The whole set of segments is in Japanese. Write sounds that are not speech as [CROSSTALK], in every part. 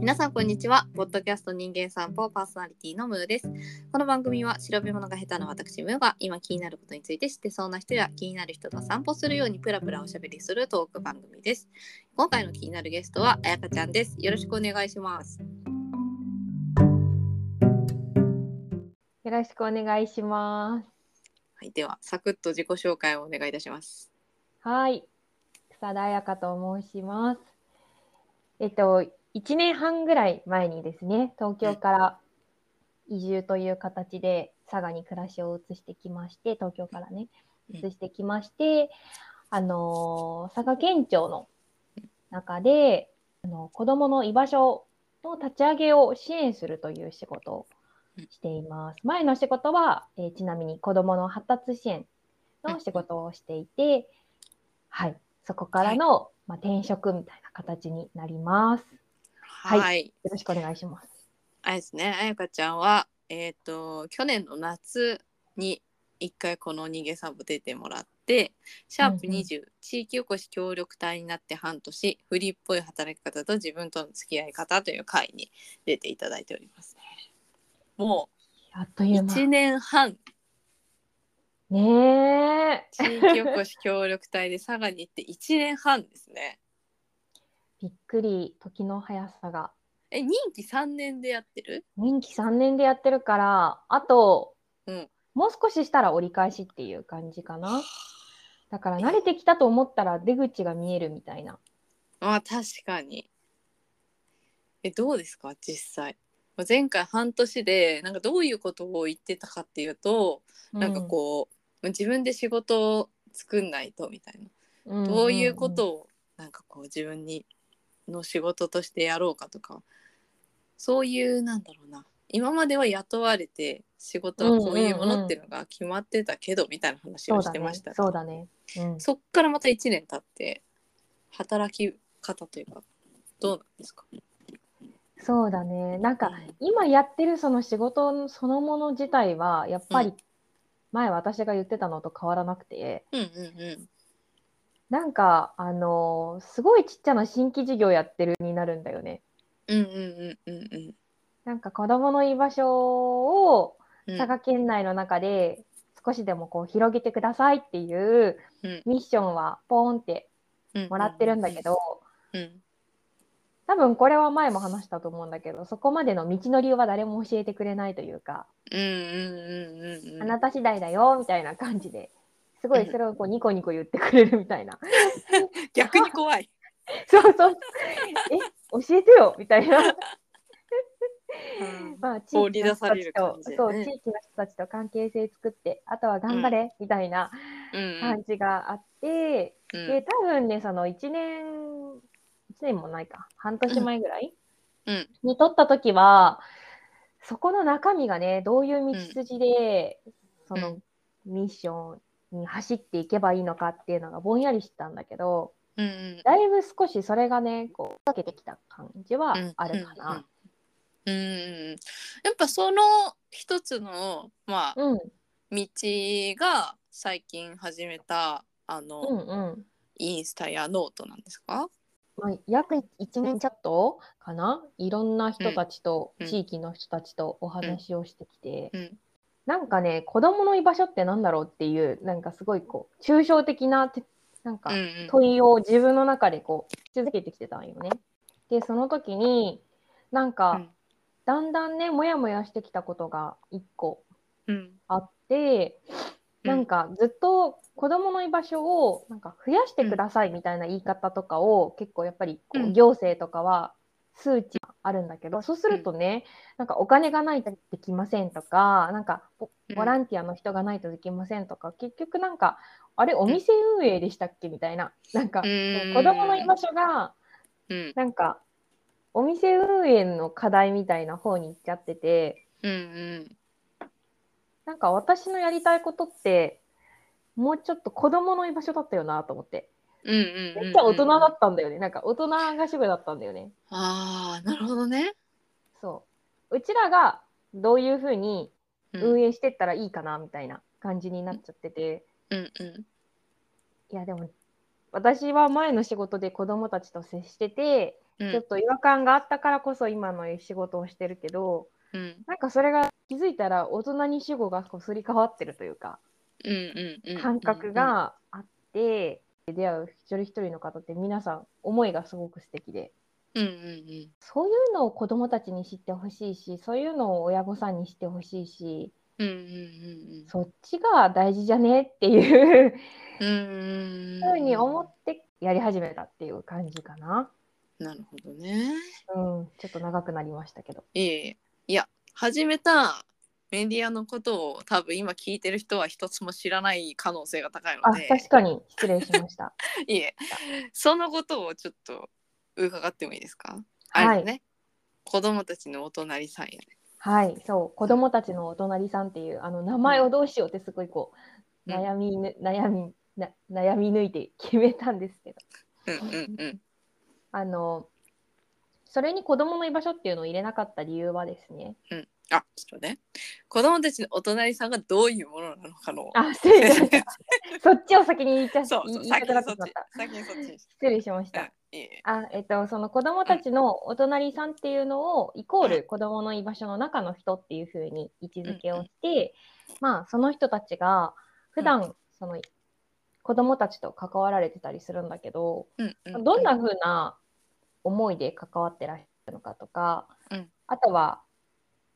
皆さんこんにちはポッドキャスト人間散歩パーソナリティのムーですこの番組は調べ物が下手な私ムーが今気になることについて知ってそうな人や気になる人と散歩するようにプラプラおしゃべりするトーク番組です今回の気になるゲストはあやかちゃんですよろしくお願いしますよろしくお願いします。はいではサクッと自己紹介をお願いいたしますはい、草田彩香と申します。えっと、1年半ぐらい前にですね、東京から移住という形で佐賀に暮らしを移してきまして、東京からね、うん移してきまして、あのー佐賀県庁の中で、あの子どもの居場所の立ち上げを支援するという仕事をしています。前の仕事は、えーちなみに子どもの発達支援の仕事をしていて、はい、そこからの、まあ、転職みたいな形になります。はいいよろしくお願いします。あれですねあやかちゃんはえっ、と去年の夏に一回この人間散歩出てもらってシャープうんうん20、地域おこし協力隊になって半年フリーっぽい働き方と自分との付き合い方という回に出ていただいておりますねもあっとういう間。 1年半ねえ、地域おこし協力隊で佐賀に行って1年半ですねびっくり、時の速さが。え任期3年でやってる任期3年でやってるから、あと、うんもう少ししたら折り返しっていう感じかな。だから慣れてきたと思ったら出口が見えるみたいな。まあ確かに。えどうですか実際。まあ前回半年でなんかどういうことを言ってたかっていうと、なんかこう自分で仕事を作んないとみたいな、うん、んんんどういうことをなんかこう自分にの仕事としてやろうかとかそういうなんだろうな今までは雇われて仕事はこういうものっていうのが決まってたけどみたいな話をしてましたねそうだね。そうだねうんそっからまた1年経って働き方というかどうなんですかそうだね。なんか今やってるその仕事そのもの自体はやっぱうり前私が言ってたのと変わらなくて、うんうんなんかあのーすごいちっちゃな新規事業やってるになるんだよね。うんうんうんうんうんうんなんか子供の居場所をうん佐賀県内の中で少しでもこう広げてくださいっていううんミッションはポーンってうんもらってるんだけど、うん多分これは前も話したと思うんだけど、そこまでの道のりは誰も教えてくれないというか、うんうんうんうんうんあなた次第だよみたいな感じですごいそれをこうニコニコ言ってくれるみたいな [LAUGHS] 逆に怖いそうそうえ教えてよみたいな、まあ、地放域り出の人さたれちると感じだそようね地域の人たちと関係性作ってあとは頑張れ、みたいなうんうん感じがあって、うんで多分ねその1年1年もないか半年前ぐらい、うんに撮った時はそこの中身がねどういう道筋で、そのミッションに走っていけばいいのかっていうのがぼんやりしてたんだけどうんうんだいぶ少しそれがねこうかけてきた感じはあるかな。うんうんうんうんやっぱその一つのまあうんうん道が最近始めたあの、うんインスタやノートなんですかまあ、約1年ちょっとかないろんな人たちと、うん地域の人たちとお話をしてきて、うんなんかね、子供の居場所ってなんだろうっていう、なんかすごいこう、抽象的なて、なんかうんうん問いを自分の中でこう、続けてきてたんよね。で、その時に、なんか、うんだんだんね、もやもやしてきたことが一個うんあって、うんなんかずっと子供の居場所をなんか増やしてくださいみたいな言い方とかを結構やっぱりこううん行政とかは数値があるんだけど、そうするとね、なんかお金がないとできませんとか、なんかボうんボランティアの人がないとできませんとか、結局なんか、あれお店運営でしたっけみたいな、なんかうん子供の居場所がうんなんかお店運営の課題みたいな方に行っちゃってて、うんうんなんか私のやりたいことって、もうちょっと子供の居場所だったよなと思って。うんうんうんめっちゃ大人だったんだよね。なんか大人が主語だったんだよね。ああなるほどね、そう。うちらがどういうふうにうん、うん運営してったらいいかなみたいな感じになっちゃってて。うんいやでも、私は前の仕事で子供たちと接してて、うんちょっと違和感があったからこそ今の仕事をしてるけどうんなんかそれが気づいたら大人に主語がこうすり替わってるというかうんうんうんうん感覚があって出会う一人一人の方って皆さん思いがすごく素敵でうんうんうんそういうのを子どもたちに知ってほしいしそういうのを親御さんに知ってほしいしうんうんそっちが大事じゃねっていううんうんふうに思ってやり始めたっていう感じかな。なるほどねうん、ちょっと長くなりましたけど。いえいえいや始めたメディアのことを多分今聞いてる人は一つも知らない可能性が高いあ、ので確かに失礼しました。いえそのことをちょっと伺ってもいいですかは [LAUGHS] いあれね子供たちのお隣さんやねはい、そう、子供たちのお隣さんっていう、あの名前をどうしようってすごいこう、うん悩みぬ、悩み、な悩み抜いて決めたんですけど。うんうんうんあの、それに子供の居場所っていうのを入れなかった理由はです [LAUGHS] ね。あちょっとね子供たちのお隣さんがどういうものなのかのあ、失礼しました。そっちを先に言っち [LAUGHS] ゃ、そう言そいう言い先たくになってそっしまっちた。先にそっちにし失礼しましたたうん。いえいえあえっと、その子どもたちのお隣さんっていうのをイコール子どもの居場所の中の人っていうふうに位置づけをして、まあ、その人たちが普段その子どもたちと関わられてたりするんだけど、うんううどんなふうな思いで関わってらっしゃるのかとか、うんあとは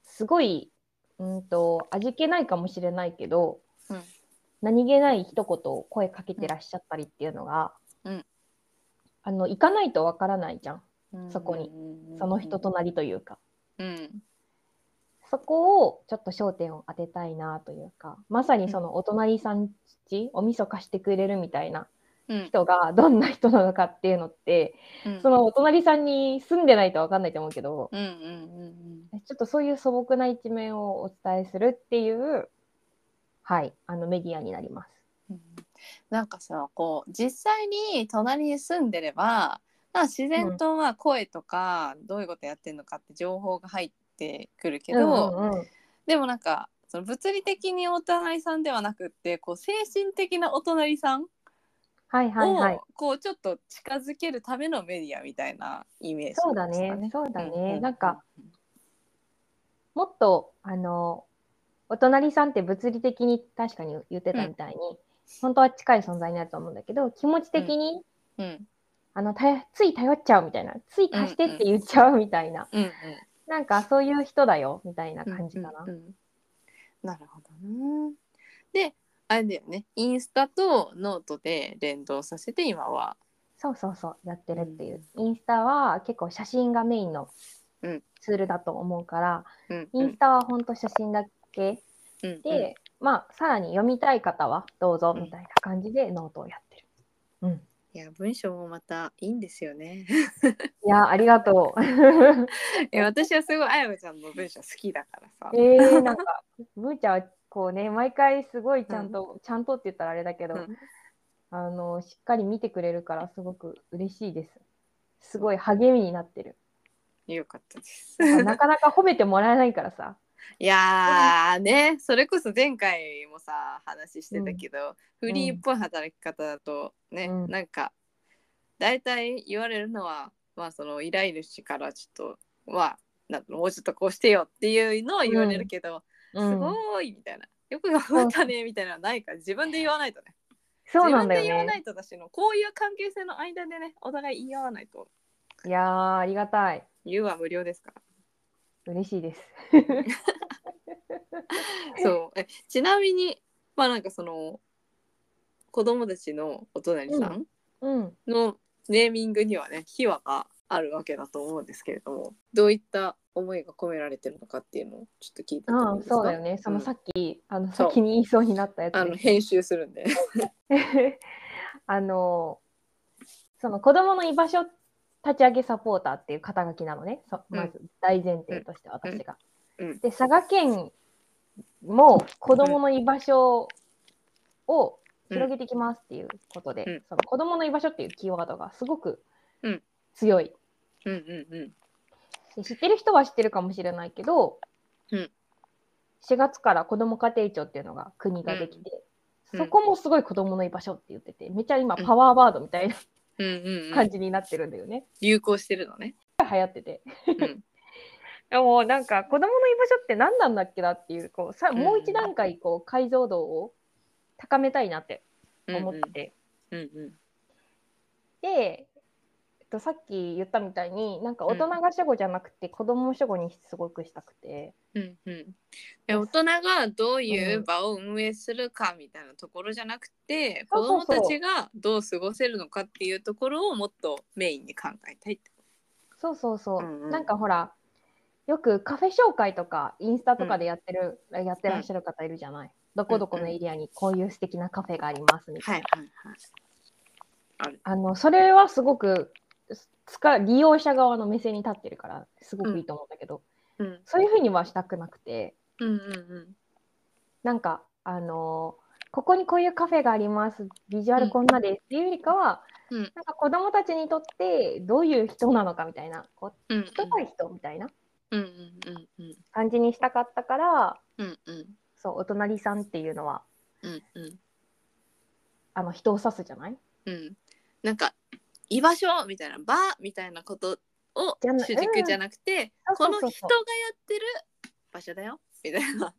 すごいうんと味気ないかもしれないけど、うん何気ない一言を声かけてらっしゃったりっていうのが、うんあの行かないとわからないじゃんそこににその人となりというか、うんそこをちょっと焦点を当てたいなというかまさにそのお隣さんちお味噌貸してくれるみたいなうん人がどんな人なのかっていうのって、うんそのお隣さんに住んでないとわかんないと思うけど、うんうんうんちょっとそういう素朴な一面をお伝えするっていう、はい、あのメディアになります。うんなんかさこう実際に隣に住んでればまあ自然とまあ声とかどういうことやってるのかって情報が入ってくるけど、うんうんうんでもなんかその物理的にお隣さんではなくってこう精神的なお隣さんをはいはいはい。こうちょっと近づけるためのメディアみたいなイメージですそかうだね、そうだううね。なんか、もっと、あの、お隣さんって物理的に確かに言ってたみたいに、本当は近い存在になると思うんだけど、気持ち的に、うんあのたつい頼っちゃうみたいな、つい貸してって言っちゃうみたいな、うんうんなんかそういう人だよみたいなうん感じかな。うんうんなるほどなであれだよねインスタとノートで連動させて今はそうそうそうやってるっていう、インスタは結構写真がメインのうんツールだと思うから、うんインスタは本当写真だけうんで、まあさらに読みたい方はどうぞみたいな感じでノートをやってる、いや文章もまたいいんですよ [LAUGHS] ねいやーありがとういや私はすごいあやちゃんの文章好きだからさ [LAUGHS] えー、なん [LAUGHS] かむーちゃんはこうね毎回すごいちゃんと、ちゃんとって言ったらあれだけど、うんあのしっかり見てくれるからすごく嬉しいですすごい励みになってるよかったですなかなか褒めてもらえないからさいやーねそれこそ前回もさ話してたけど、フリーっぽい働き方だとね、うんなんか大体言われるのはまあその依頼主からちょっとまあなんだろうもうちょっとこうしてよっていうのは言われるけど、うんすごいみたいなよく頑張ったねみたいなのはないから自分で言わないとねそうなんだよ自分で言わなね。いとだしのこういう関係性の間でねお互い言い合わないといやー、ありがたい。言うは無料ですから。嬉しいです。そうえちなみにまあなんかその子供たちのお隣さんうん。のネーミングにはね秘話があるわけだと思うんですけれどもどういった思いが込められてるのかっていうのをちょっと聞いてもあいいあですかそうだよね。そのうんさっき、あの、そう先に言いそうになったやつあので編集するんで。す。あの、 [LAUGHS] その子供の居場所立ち上げサポーターっていう肩書きなのね。そまず大前提として私が。うんうんで、佐賀県も子供の居場所を広げていきますっていうことで、うんその子供の居場所っていうキーワードがすごくうん強い。うんうんうんで知ってる人は知ってるかもしれないけど、うん4月から子ども家庭庁っていうのが国ができて、うんそこもすごい子どもの居場所って言っててめっちゃ今パワーワードみたいなうんうんう感ん、じになってるんだよね。流行してるのね。流行ってて。うん [LAUGHS] でもなんか子供の居場所って何なんだっけなっていうこうさうんもう一段階こう解像度を高めたいなって思ってて、うんうんで、えっと、さっき言ったみたいになんか大人が主語じゃなくて子供を主語にすごくしたくて、うんうんで、大人がどういう場を運営するかみたいなところじゃなくて、うん子そう供そうそうたちがどう過ごせるのかっていうところをもっとメインに考えたいってこそうそうそう、うんうんなんかほらよくカフェ紹介とかインスタとかでやってる、やってらっしゃる方いるじゃない、どこどこのエリアにこういう素敵なカフェがありますみと。たいはな、いはいはい。あのそれはすごくす使利用者側の目線に立ってるからすごくいいと思うんだけど、うんそういうふうにはしたくなくてうんうんなんかあのーここにこういうカフェがありますビジュアルこんなですっていうよりかは、うんなんか子どもたちにとってどういう人なのかみたいなこううん。うん人対人みたいなうんうんうんうん感じにしたかったからうんうんそうお隣さんっていうのはうんうんあの人を指すじゃないうん。なんか居場所みたいな場みたいなことをじゃな主軸じゃなくて、うんこのそうそう人がやそうってる場所だよみたいな。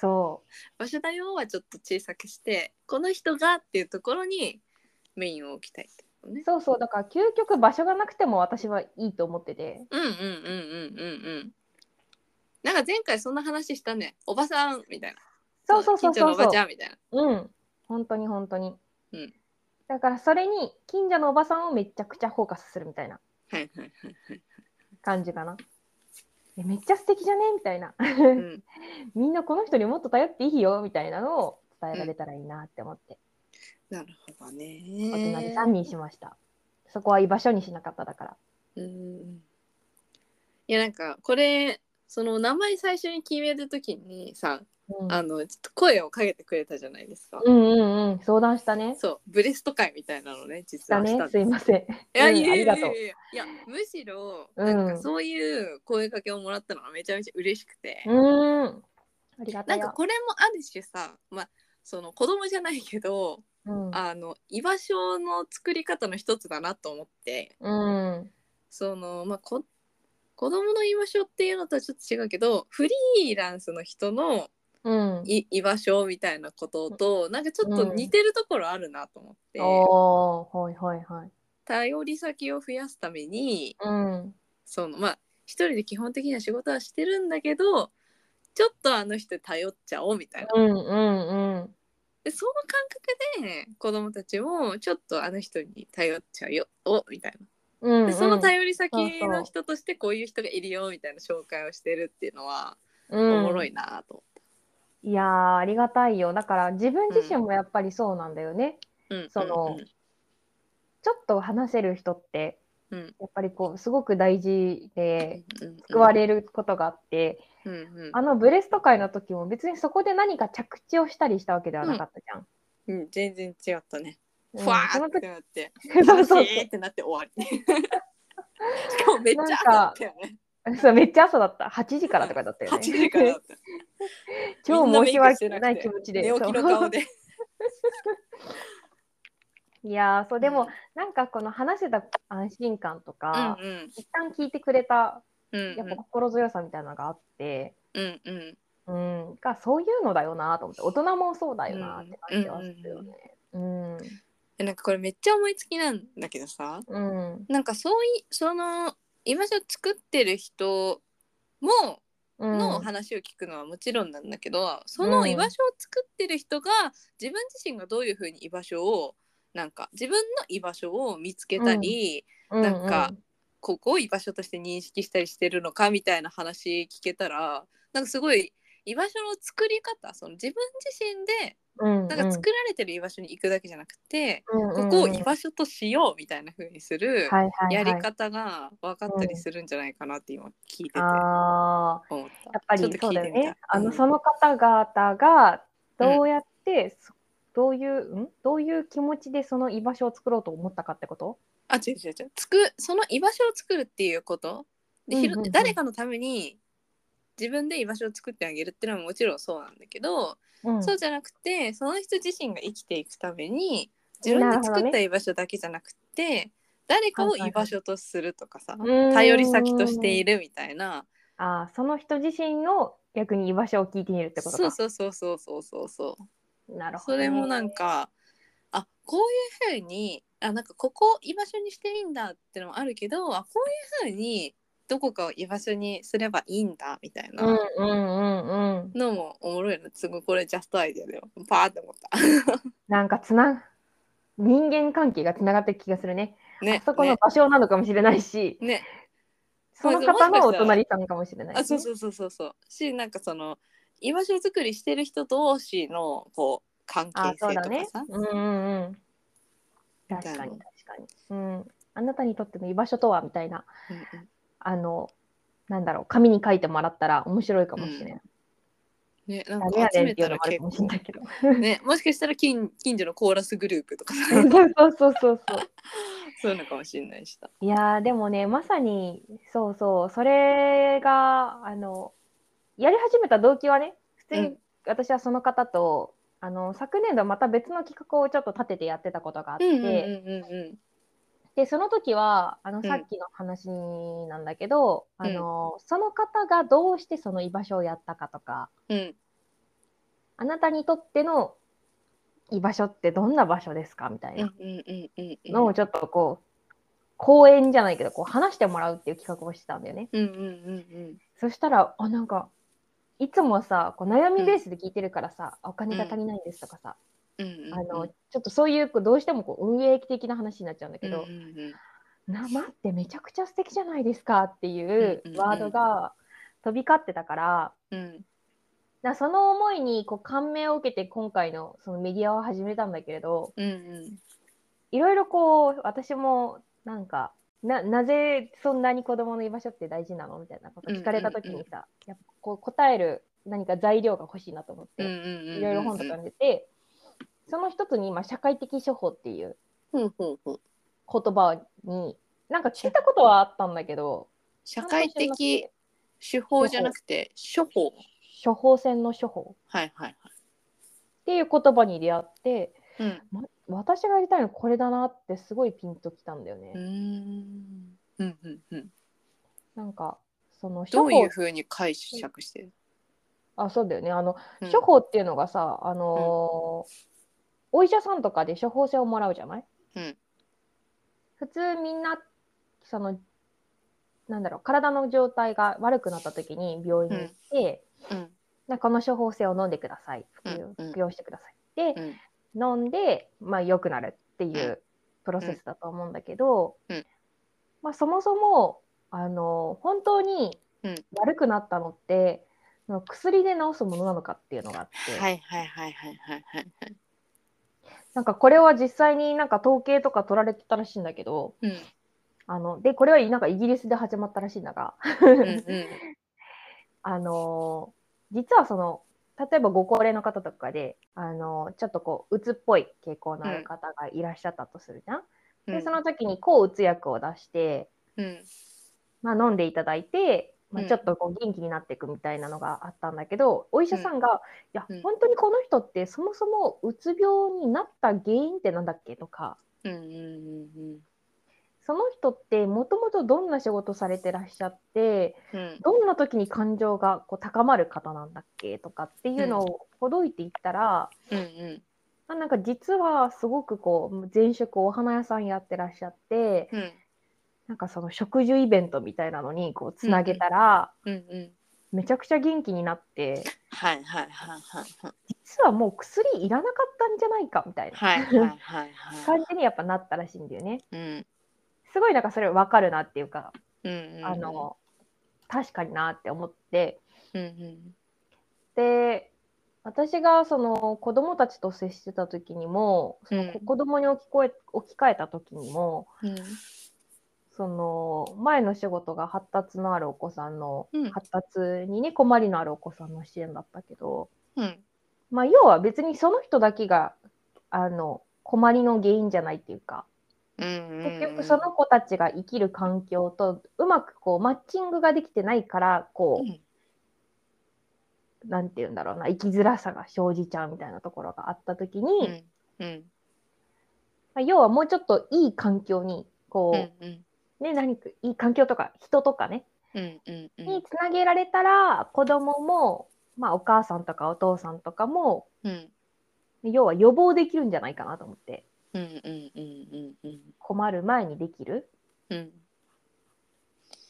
そ場所だよはちょっと小さくしてこの人がっていうところにメインを置きたいってことうね。そうそうだから究極場所がなくても私はいいと思っててうんうんうんうんうんうん。なんか前回そんな話したね。おばさんみたいな。そうそうそう近所そのうおそばうちゃんみたいな。うん本当に本当に、うんだからそれに近所のおばさんをめちゃくちゃフォーカスするみたいなはいはいはいはい。感じかな。えめっちゃ素敵じゃねみたいな [LAUGHS] うん、みんなこの人にもっと頼っていいよみたいなのを伝えられたらいいなって思って、なるほどね。お隣さんにしましたそこは居場所にしなかっただからうん。いやなんかこれその名前最初に決めるときにさ、うんあのちょっと声をかけてくれたじゃないですか。うんうんうん相談したねそうブレスト会みたいなのね実だはしねたんですいませんいやうんいやあいやりがいとやういやいやむしろうんなんかそういう声かけをもらったのがめちゃめちゃ嬉しくて、うーんありがとなうんかこれもある種さまあその子供じゃないけどうんあの居場所の作り方の一つだなと思ってうんそのまあこ子供の居場所っていうのとはちょっと違うけどフリーランスの人のうんい居場所みたいなこととなんかちょっと似てるところあるなと思って、おーはいはいはい頼り先を増やすためにうんそのまあ一人で基本的には仕事はしてるんだけどちょっとあの人頼っちゃおうみたいなうんうんうんでその感覚で子供たちもちょっとあの人に頼っちゃうよおみたいうんなうんでその頼り先の人としてこういう人がいるよみたいな紹介をしてるっていうのはうおんもろいなと思っていやーありがたいよだから自分自身もやっぱりそうなんだよね、うんうんうんそのちょっと話せる人ってうんやっぱりこうすごく大事でうんうん救われることがあって、うんうんあのブレスト会の時も別にそこで何か着地をしたりしたわけではなかったじゃん。うん全然違ったねうんふわそーのって時なってそう楽しそういってなって終わ [LAUGHS] りしかもめっちゃ朝だったよね [LAUGHS] そうめっちゃ朝だった8時からとかだったよね8時からだった [LAUGHS] 超みんな申メイクしして訳なくてない気持ちで寝起きのそ顔うで [LAUGHS] いやーそうでも、うんなんかこの話せた安心感とうか、ん一旦聞いてくれたうんやっぱ心強さみたいなのがあって、うんうんうん、がそういうのだよなと思って大人もそうだよなって感じはするよね。うんえなんかこれめっちゃ思いつきなんだけどさうんなんかそういその居場所作ってる人もうんの話を聞くのはもちろんなんだけど、そうのん居場所を作ってる人が自分自身がどういうふうに居場所をなんか自分の居場所を見つけたり、なんかここを居場所として認識したりしてるのかみたいな話聞けたらなんかすごい居場所の作り方その自分自身でうんなんか作られてる居場所に行くだけじゃなくて、こここを居場所としようみたいな風にするやり方が分かったりするんじゃないかなって今聞いててあ思った。ーやっぱちょっりとそ聞ういだてよみたね。あうのんその方々がどうやって、そどういうんどういう気持ちでその居場所を作ろうと思ったかってことあ違う違う違うつくその居場所を作るっていうことで、ひろうんうんうん誰かのために自分で居場所を作ってあげるっていうのももちろんそうなんだけど、うんそうじゃなくてその人自身が生きていくために自分でなるほ作どったね居場所だけじゃなくて誰かを居場所とするとかさ頼り先としているみたいなあーその人自身の逆に居場所を聞いてみるってことかそうそうそうそうそうそうそうなるほそどね、れもなんかあこういうふうにあなんかここを居場所にしていいんだってのもあるけどあこういうふうにどこかを居場所にすればいいんだみたいうんなうんうんうんのもおもろいのすごいこれジャストアイデアだよパーって思った。なんかつな人間関係がつながってる気がするねね [LAUGHS] あそこの場所なのかもしれないし、ねねその方のお隣さんかもしれない、あそううそうそうそうそうしなんかその居場所作りしてる人同士のこう関係あ性そうだとかねさ、うんうんうん確かに確かにうんあなたにとっての居場所とはみたいなうんうんあのなんだろう紙に書いてもらったら面白いかもしれない、ねなんダメやか集ねんっめていうたらのもあ結るかもしれ構ないけどねもしかしたら近近所のコーラスグループとかさそう [LAUGHS] そうそうそうそうそういうのかもしれないしさいやーでもねまさにそうそうそれがあのやり始めた動機はね普通うにん私はその方と、あの昨年度また別の企画をちょっと立ててやってたことがあって、うんうんうんうんでその時はあのんさっきの話なんだけど、あのその方がどうしてその居場所をやったかとかうんうんあなたにとっての居場所ってどんな場所ですかみたいうんなうんうんうんうんのをちょっとこう講演じゃないけどこう話してもらうっていう企画をしてたんだよね。うんうんうんそしたら、あ、なんか、いつもさ、こう悩みベースで聞いてるからさ、お金が足りないんですとかさ、うんうんうんあの、ちょっとそういう、こうどうしてもこう運営的な話になっちゃうんだけど、うんうんうんな、待って、めちゃくちゃ素敵じゃないですかっていううんうんうんワードが飛び交ってたから、うんだからその思いにこう感銘を受けて今回のそのメディアを始めたんだけれど、うんうんいろいろこう、私もなんか、ななぜそんなに子供の居場所って大事なのみたいなこと聞かれた時にさ、やっぱこう答える何か材料が欲しいなと思っうんて、うんうんいろいろ本とか出て、その一つに今、社会的処方っていうほうほうほう言葉に、なんか聞いたことはあったんだけど、社会的手法じゃなくて処方処方箋の処方はいはいっていう言葉に出会って、はいうんま、私がやりたいのこれだなってすごいピンときたんだよね。うーんうんうんうんなんか、そのど処うい方うふうに解釈してる、あ、そうだよね。あの、うん処方っていうのがさ、あのーお医者さんとかで処方箋をもらうじゃないうん普通みんな、その、なんだろう、体の状態が悪くなった時に病院に行って、うんなんかこの処方箋を飲んでください。服用,、うんうん服用してください。で、うん飲んで、まあ良くなるっていうプロセスだと思うんだけど、うんまあそもそも、あのー本当にうん悪くなったのって、その薬で治すものなのかっていうのがあって、はいはいはいはいはいはいはいなんかこれは実際になんか統計とか取られてたらしいんだけど、うんあの、で、これはなんかイギリスで始まったらしいんだが、うんうんあのー実はその、例えばご高齢の方とかで、あのーちょっとこう、うつっぽい傾向のある方がいらっしゃったとするじゃん。うんで、その時に抗うつ薬を出して、うんまあ飲んでいただいて、まあ、うんちょっとこう元気になっていくみたいなのがあったんだけど、お医者さんが、いやうん、本当にこの人ってそもそもうつ病になった原因ってなんだっけとか、うんうんうんその人ってもともとどんな仕事されてらっしゃってうんうんどんな時に感情がこう高まる方なんだっけとかっていうのをほどいていったら、うんうんあなんか実はすごくこう前職お花屋さんやってらっしゃってうんなんかその食事イベントみたいなのにこうつなげたら、うんうんめちゃくちゃ元気になってはいはいはいはいはい実はもう薬いらなかったんじゃないかみたいなはいはいはいは感じにやっぱなったらしいんだよね。いうんすごいなんかそれ分かるなっていうか、うんうんあの確かになって思って。うんうんで私がその子供たちと接してた時にもそのうんこ子供に置きこえ置き換えた時にもうんその前の仕事が発達のあるお子さんの、うん発達にね困りのあるお子さんの支援だったけど、うんまあ、要は別にその人だけがあの困りの原因じゃないっていうかうん結局その子たちが生きる環境とうまくこうマッチングができてないからこうんうなんて言うんだろうな生きづらさが生じちゃうみたいなところがあった時に。うんうんまあ、要はもうちょっといい環境にうこんうんう、ね、何かいい環境とか人とかね、うんうんうんにつなげられたら子供も、まあ、お母さんとかお父さんとかもうん要は予防できるんじゃないかなと思ってうんうんうんうんうん困る前にできるうん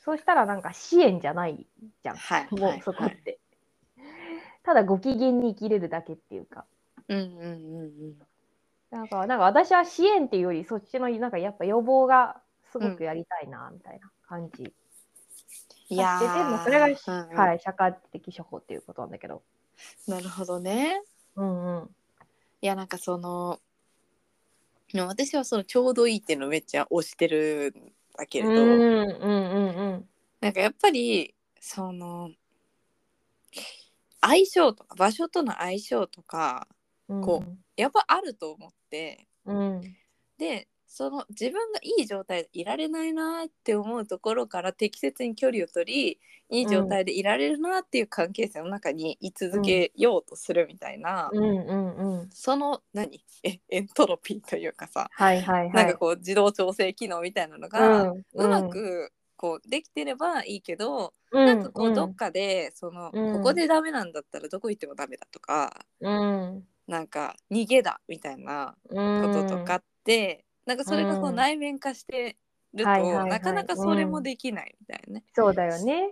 そうしたらなんか支援じゃないじゃん、はいもうはいそこはっいて、ただご機嫌に生きれるだけっていうかうんうんうんなんかなんか私は支援っていうよりそっちのなんかやっぱ予防がすごくやりたいなみたいな感じ、うんででもそれが、うんうんはい、社会的処方っていうことなんだけど、なるほどねうんうん、いやなんかそのでも私はそのちょうどいいっていうのをめっちゃ推してるんだけれど、うんうんうんうんなんかやっぱりその相性とか場所との相性とかうんこやっぱあると思ってうんでその自分がいい状態でいられないなって思うところから適切に距離を取りいい状態でいられるなっていう関係性の中に居続けようとするみたいな、うんうんうん。その何 [LAUGHS] えエントロピーというかさ、はいはいはい。なんかこう自動調整機能みたいなのが、んうま、くこうできてればいいけど、うんなんかこうどっかでその、うんここでダメなんだったらどこ行ってもダメだとかうんなんか逃げだみたいなうんこととかって、なんかそれがこううん内面化してると、はいはいはいなかなかそれもできないみたいなね。そうだよね。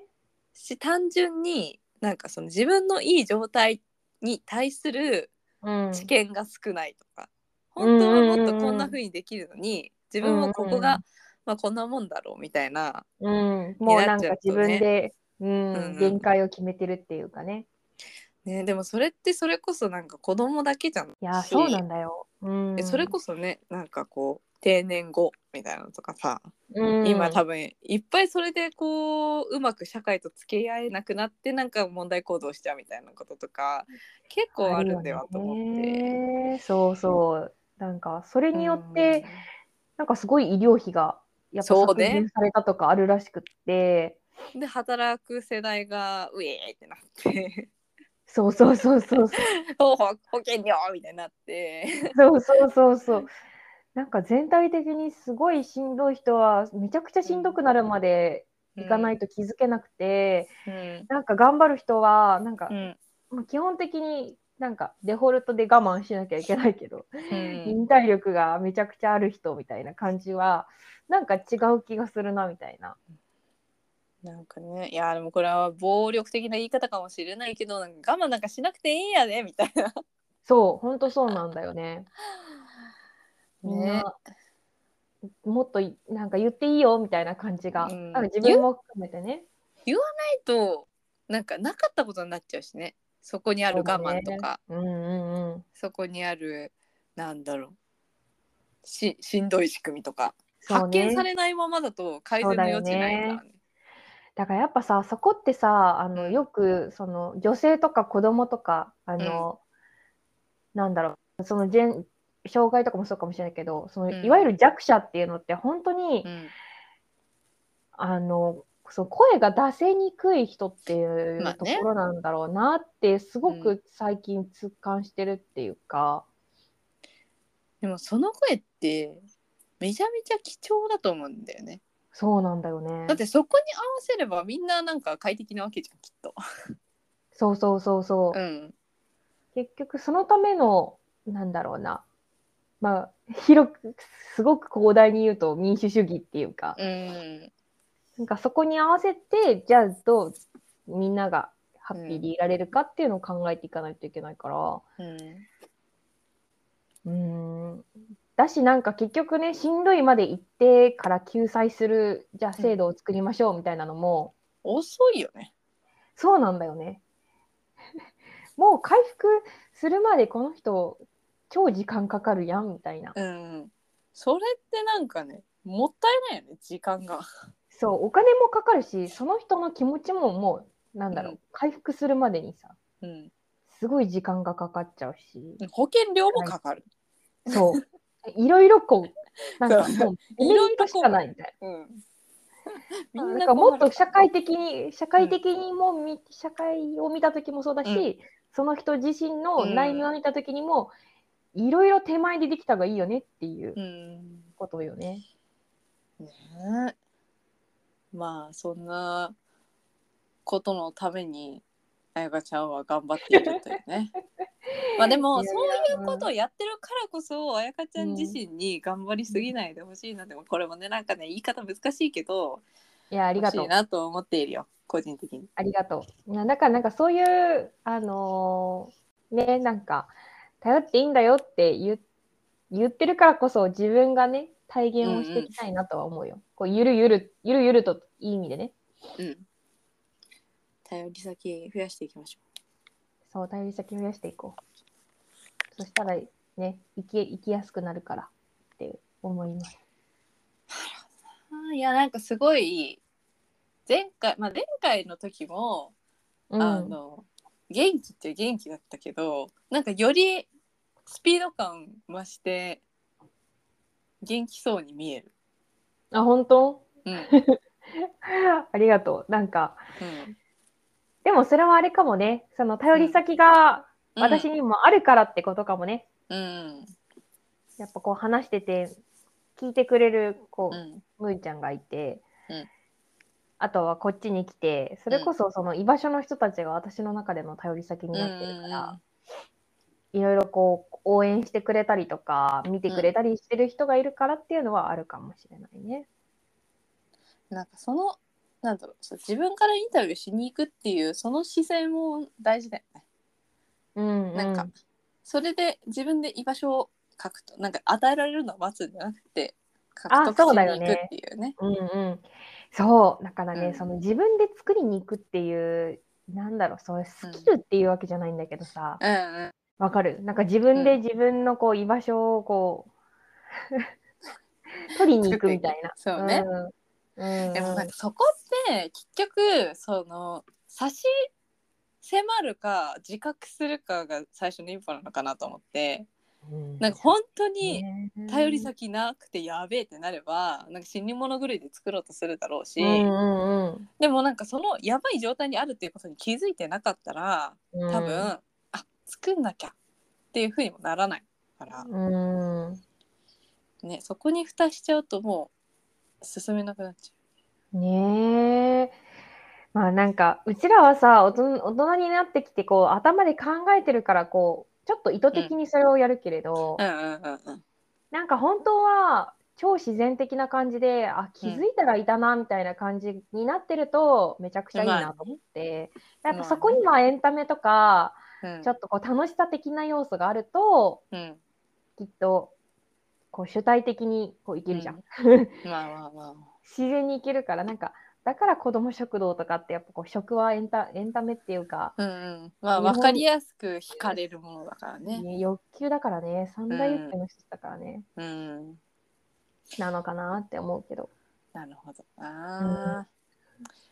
し単純になんかその自分のいい状態に対するうん。知見が少ないとか、う本ん当はもっとこんな風にできるのに自分はここが、うんまあ、こんなもんだろうみたいなうん。もうなんか自分で、ううんん、限界を決めてるっていうかね。ね、でもそれってそれこそなんか子供だけじゃんいやー、そうなんだよ。うんえ。それこそねなんかこう定年後みたいなのとかさ、うん今多分いっぱいそれでこううまく社会と付き合えなくなってなんか問題行動しちゃうみたいなこととか結構あるんだよと思って。ねそうそう。なんかそれによって、なんかすごい医療費がやっぱそう削ね減されたとかあるらしくって。うんで働く世代がうえーってなってそうそうそうそうそう。お保保険料みたいにな [LAUGHS] って。そうそうそうそう。なんか全体的にすごいしんどい人はめちゃくちゃしんどくなるまでいかないいと気づけなくて、うんなんか頑張る人はなんかう、んまあ基本的になんかデフォルトで我慢しなきゃいけないけど、うん忍耐力がめちゃくちゃある人みたいな感じはなんか違う気がするなみたいな。なんかねいやでもこれは暴力的な言い方かもしれないけどなんか我慢なんかしなくていいんやでみたいな。そう本当そうなんだよね。みんねな、もっといなんか言っていいよみたいな感じが、うんなんか自分も含めてね。ないとなんかなかったことになっちゃうしねそこにある我慢とかうんうんうん。そ,、こにあるなんだろうししんどい仕組みとか、そう発ね見されないままだと改善の余地ないからね。だからやっぱさそこってさあのよくその女性とか子供とかあの、なんだろうそのジェン障害とかもそうかもしれないけどその、うんいわゆる弱者っていうのって本当に、あのその声が出せにくい人っていまあうとねころなんだろうなってすごく最近痛感してるっていうか、でもその声ってめちゃめちゃ貴重だと思うんだよね。そうなんだよねだってそこに合わせればみんななんか快適なわけじゃんきっと。そうそうそうそう、うん、結局そのためのなんだろうなまあ広くすごく広大に言うと民主主義っていうか、うんなんかそこに合わせてじゃあどうみんながハッピーでいられるかっていうのを考えていかないといけないからうんうんだしなんか結局ねしんどいまで行ってから救済するじゃあ制度を作りましょうみたいなのも、遅いよね。そうなんだよね [LAUGHS] もう回復するまでこの人超時間かかるやんみたいなうん、それってなんかねもったいないよね時間が。そうお金もかかるしその人の気持ちももうなんだろう、うん回復するまでにさうんすごい時間がかかっちゃうし保険料もかかる、そう。 [LAUGHS] いろいろこう、なんかそうもう、いろいろしかないみたいうん、みな。んなんなか困もるっと社会的に、社会的にも見、社会を見た時もそうだし、うんその人自身のうん内面を見た時にも、いろいろ手前でできた方がいいよねっていううん、ことよね。ねえまあそんなことのためにあやかちゃんは頑張っているという [LAUGHS] ねまあでもいやいやそういうことをやってるからこそあやかちゃん自身に頑張りすぎないでほしいなでもこれもねなんかね言い方難しいけどいや、あありがとしうい。なと思っているよ個人的に。ありがとう。いやだからなんかそういう、あのーね、なんか、頼っていいんだよって言言ってるからこそ自分がね、体現をしていきたいなとは思うよ。こうゆるゆる、ゆるゆるといい意味でね。うん頼り先増やしていきましょそう、頼り先増やしていこう。そしたらね、生き生きやすくなるからって思います。う。あーいやなんかすごい前回、まあ、前回の時もうん、あの元気って元気だったけどなんかよりスピード感増して元気そうに見える。あ本当 [LAUGHS] うんうんありがとう。なんか、でもそれはあれかもね、その頼り先がうん、私にもあるからってことかもね。うんやっぱこう話してて聞いてくれるこうう、んむーちゃんがいて、うんあとはこっちに来てそれこそその居場所の人たちが私の中での頼り先になってるから、いろいろこう応援してくれたりとか見てくれたりしてる人がいるからっていうのはあるかもしれないね。なんかそのなんだろうそう自分からインタビューしに行くっていうその姿勢も大事だよね。うん、うん、なんかそれで自分で居場所を獲得なんか与えられるのは待つんじゃなくて獲得しそうにだよ行ねくっていうね。うんうん、そうだからね、うんその自分で作りに行くっていうなんだろうそういうスキルっていうわけじゃないんだけどさ、うんうんわかる。なんか自分でうん自分のこう居場所をこう、 [LAUGHS] 取りに行くみたいな。そうね。うん。うん。でもなんかそこって結局その差し迫るか自覚するかが最初の一歩なのかなと思ってうんなんか本当にね頼り先なくてやべえってなればなんか死に物狂いで作ろうとするだろうし、うんうんうん。でもなんかそのやばい状態にあるっていうことに気づいてなかったらうん多分、あ作んなきゃっていうふうにもならないから、うん。ねそこに蓋しちゃうともう進めなくなっちゃねえ。まあなんか、うちらはさ、大人大人になってきて、こう、頭で考えてるから、こう、ちょっと意図的にそれをやるけれど、う。うんうんうんうんなんか本当は、超自然的な感じで、あ、気づいたらいたな、みたいな感じになってると、めちゃくちゃいいなと思って、まやあっぱそこにはエンタメとか、うんちょっとこう楽しさ的な要素があると、うんきっと、こう主体的にこういけるじゃん。うまあまあまあ。自然にいけるから、なんか、だから子供食堂とかって、やっぱこう食はエンタエンタメっていうか、うんうん、まあ日本分かりやすく惹かれるものだからね。ね、欲求だからね、三大欲求の一つだからね、うん、なのかなって思うけど、なるほど。あ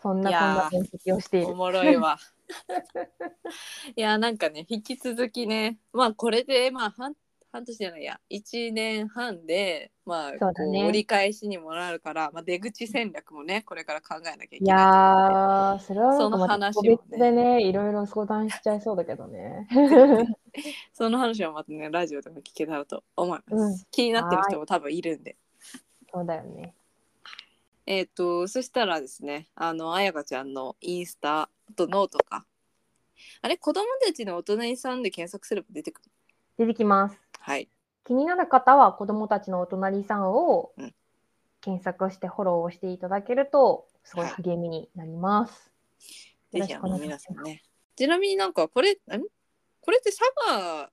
そんないこやーんな分析をしてーいおる。もろいわ。いやなんかね引き続きねまあこれでまあ半半年じゃないや1年半でまあそうだねこう折り返しにもなるから、まあ、出口戦略もねこれから考えなきゃいけいないとやー、それはなんかまた個その話をね別でね、いろいろ相談しちゃいそうだけ [LAUGHS] どね。その話はまたねラジオでも聞けたらと思います。うん気になってる人も多分いるんで。そうだよね。えっ、とそしたらですねあのあやかちゃんのインスタあとノートかあれ子供たちの大人さんで検索すれば出てくる出てきます。はい気になる方は子どもたちのお隣さんをうん検索してフォローをしていただけるとすごいはい励みになり [LAUGHS] ます。ぜよろひしあくお願の皆いしますさんねちなみになんかこれんこれってサバ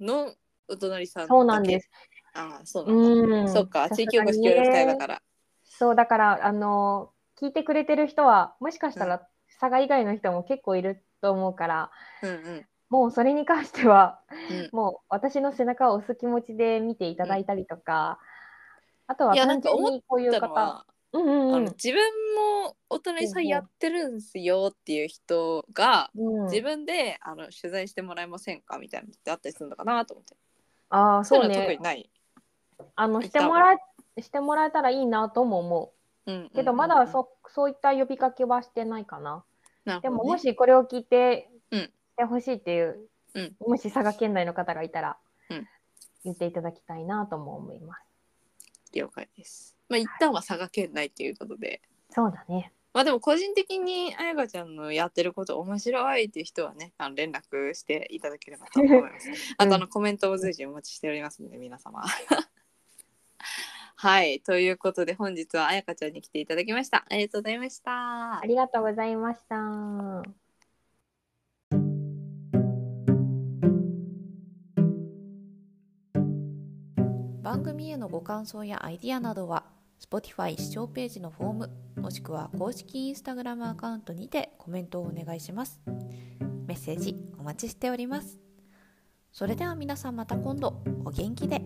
のお隣さんだけそうなんです。ああそうなんだ、うん。そっかさす地がに域ねおこし協力隊だからそうだからあの聞いてくれてる人はもしかしたら佐賀以外の人も結構いると思うから、うんうんもうそれに関しては、うんもう私の背中を押す気持ちで見ていただいたりとか、あとはいやなん単か純思にこういだうから方、うんうんあうのん自分もお隣さんやってるんすよっていう人がうん、自分であの取材してもらえませんかみたいなのってあったりするのかなと思ってああそういうそうのは特ねにない。あのいしてたわもらえしてもらえたらいいなとも思う。けどまだうそそういった呼びかけはしてないかな。んうんうん。でもなるほどもねしこれを聞いて、うんしてほしいっていう、うんもし佐賀県内の方がいたら、うん言っていただきたいなとも思います。了解です。まあ、一旦は佐賀県内ということで。そうだね。まあでも個人的にあやかちゃんのやってること面白いっていう人はねあの連絡していただければと思います。あとあのコメントを随時お待ちしておりますので皆様。 [LAUGHS] はいということで本日はあやかちゃんに来ていただきました。ありがとうございましたあ。りがとうございました。番組へのご感想やアイディアなどは Spotify 視聴ページのフォームもしくは公式 Instagram アカウントにてコメントをお願いしますメッセージお待ちしておりますそれでは皆さんまた今度お元気で